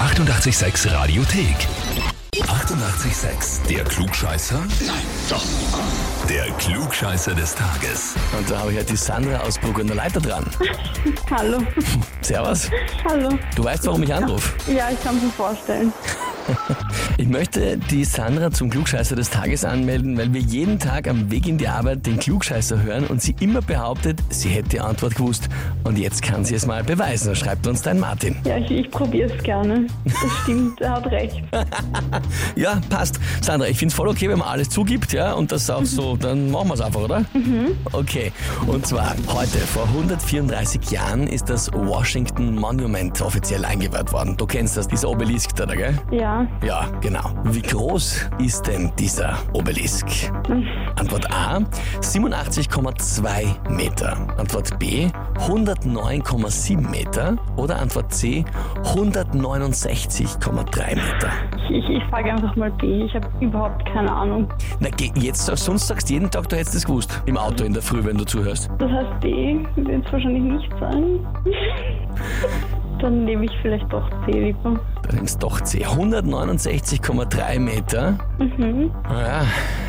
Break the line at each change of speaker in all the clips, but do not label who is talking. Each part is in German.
886 Radiothek. 88,6. Der Klugscheißer? Nein, doch. Der Klugscheißer des Tages.
Und da habe ich halt die Sandra aus Burg an der Leiter dran.
Hallo,
Servus.
hallo.
Du weißt, warum ich anrufe.
Ja, ich kann es mir vorstellen.
Ich möchte die Sandra zum Klugscheißer des Tages anmelden, weil wir jeden Tag am Weg in die Arbeit den Klugscheißer hören und sie immer behauptet, sie hätte die Antwort gewusst. Und jetzt kann sie es mal beweisen, schreibt uns dein Martin.
Ja, ich, ich probiere es gerne. Das stimmt, er hat recht.
Ja, passt. Sandra, ich finde es voll okay, wenn man alles zugibt, ja, und das auch so, dann machen wir es einfach, oder? Mhm. Okay, und zwar heute, vor 134 Jahren ist das Washington Monument offiziell eingeweiht worden. Du kennst das, dieser Obelisk da, gell?
Ja,
Ja, genau. Wie groß ist denn dieser Obelisk? Antwort A, 87,2 Meter. Antwort B, 109,7 Meter. Oder Antwort C, 169,3 Meter.
ich, ich, ich frage einfach mal B. Ich habe überhaupt keine Ahnung.
Na, geh jetzt, sonst sagst du jeden Tag, du hättest es gewusst. Im Auto in der Früh, wenn du zuhörst.
Das heißt, B wird es wahrscheinlich nicht sein. Dann nehme ich vielleicht doch C lieber.
Dann nimmst doch C. 169,3 Meter.
Mhm,
Ja,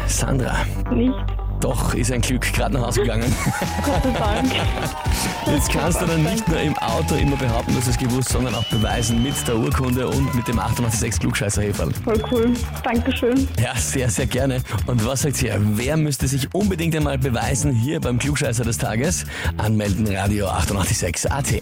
Sandra,
nicht.
doch ist ein Glück gerade nach Hause gegangen.
Gott sei Dank.
Jetzt kannst du dann nicht nur im Auto immer behaupten, dass du es gewusst, sondern auch beweisen mit der Urkunde und mit dem 886 klugscheißer -Häferl.
Voll cool. Dankeschön.
Ja, sehr, sehr gerne. Und was sagt ihr? Wer müsste sich unbedingt einmal beweisen hier beim Klugscheißer des Tages? Anmelden Radio 886 AT.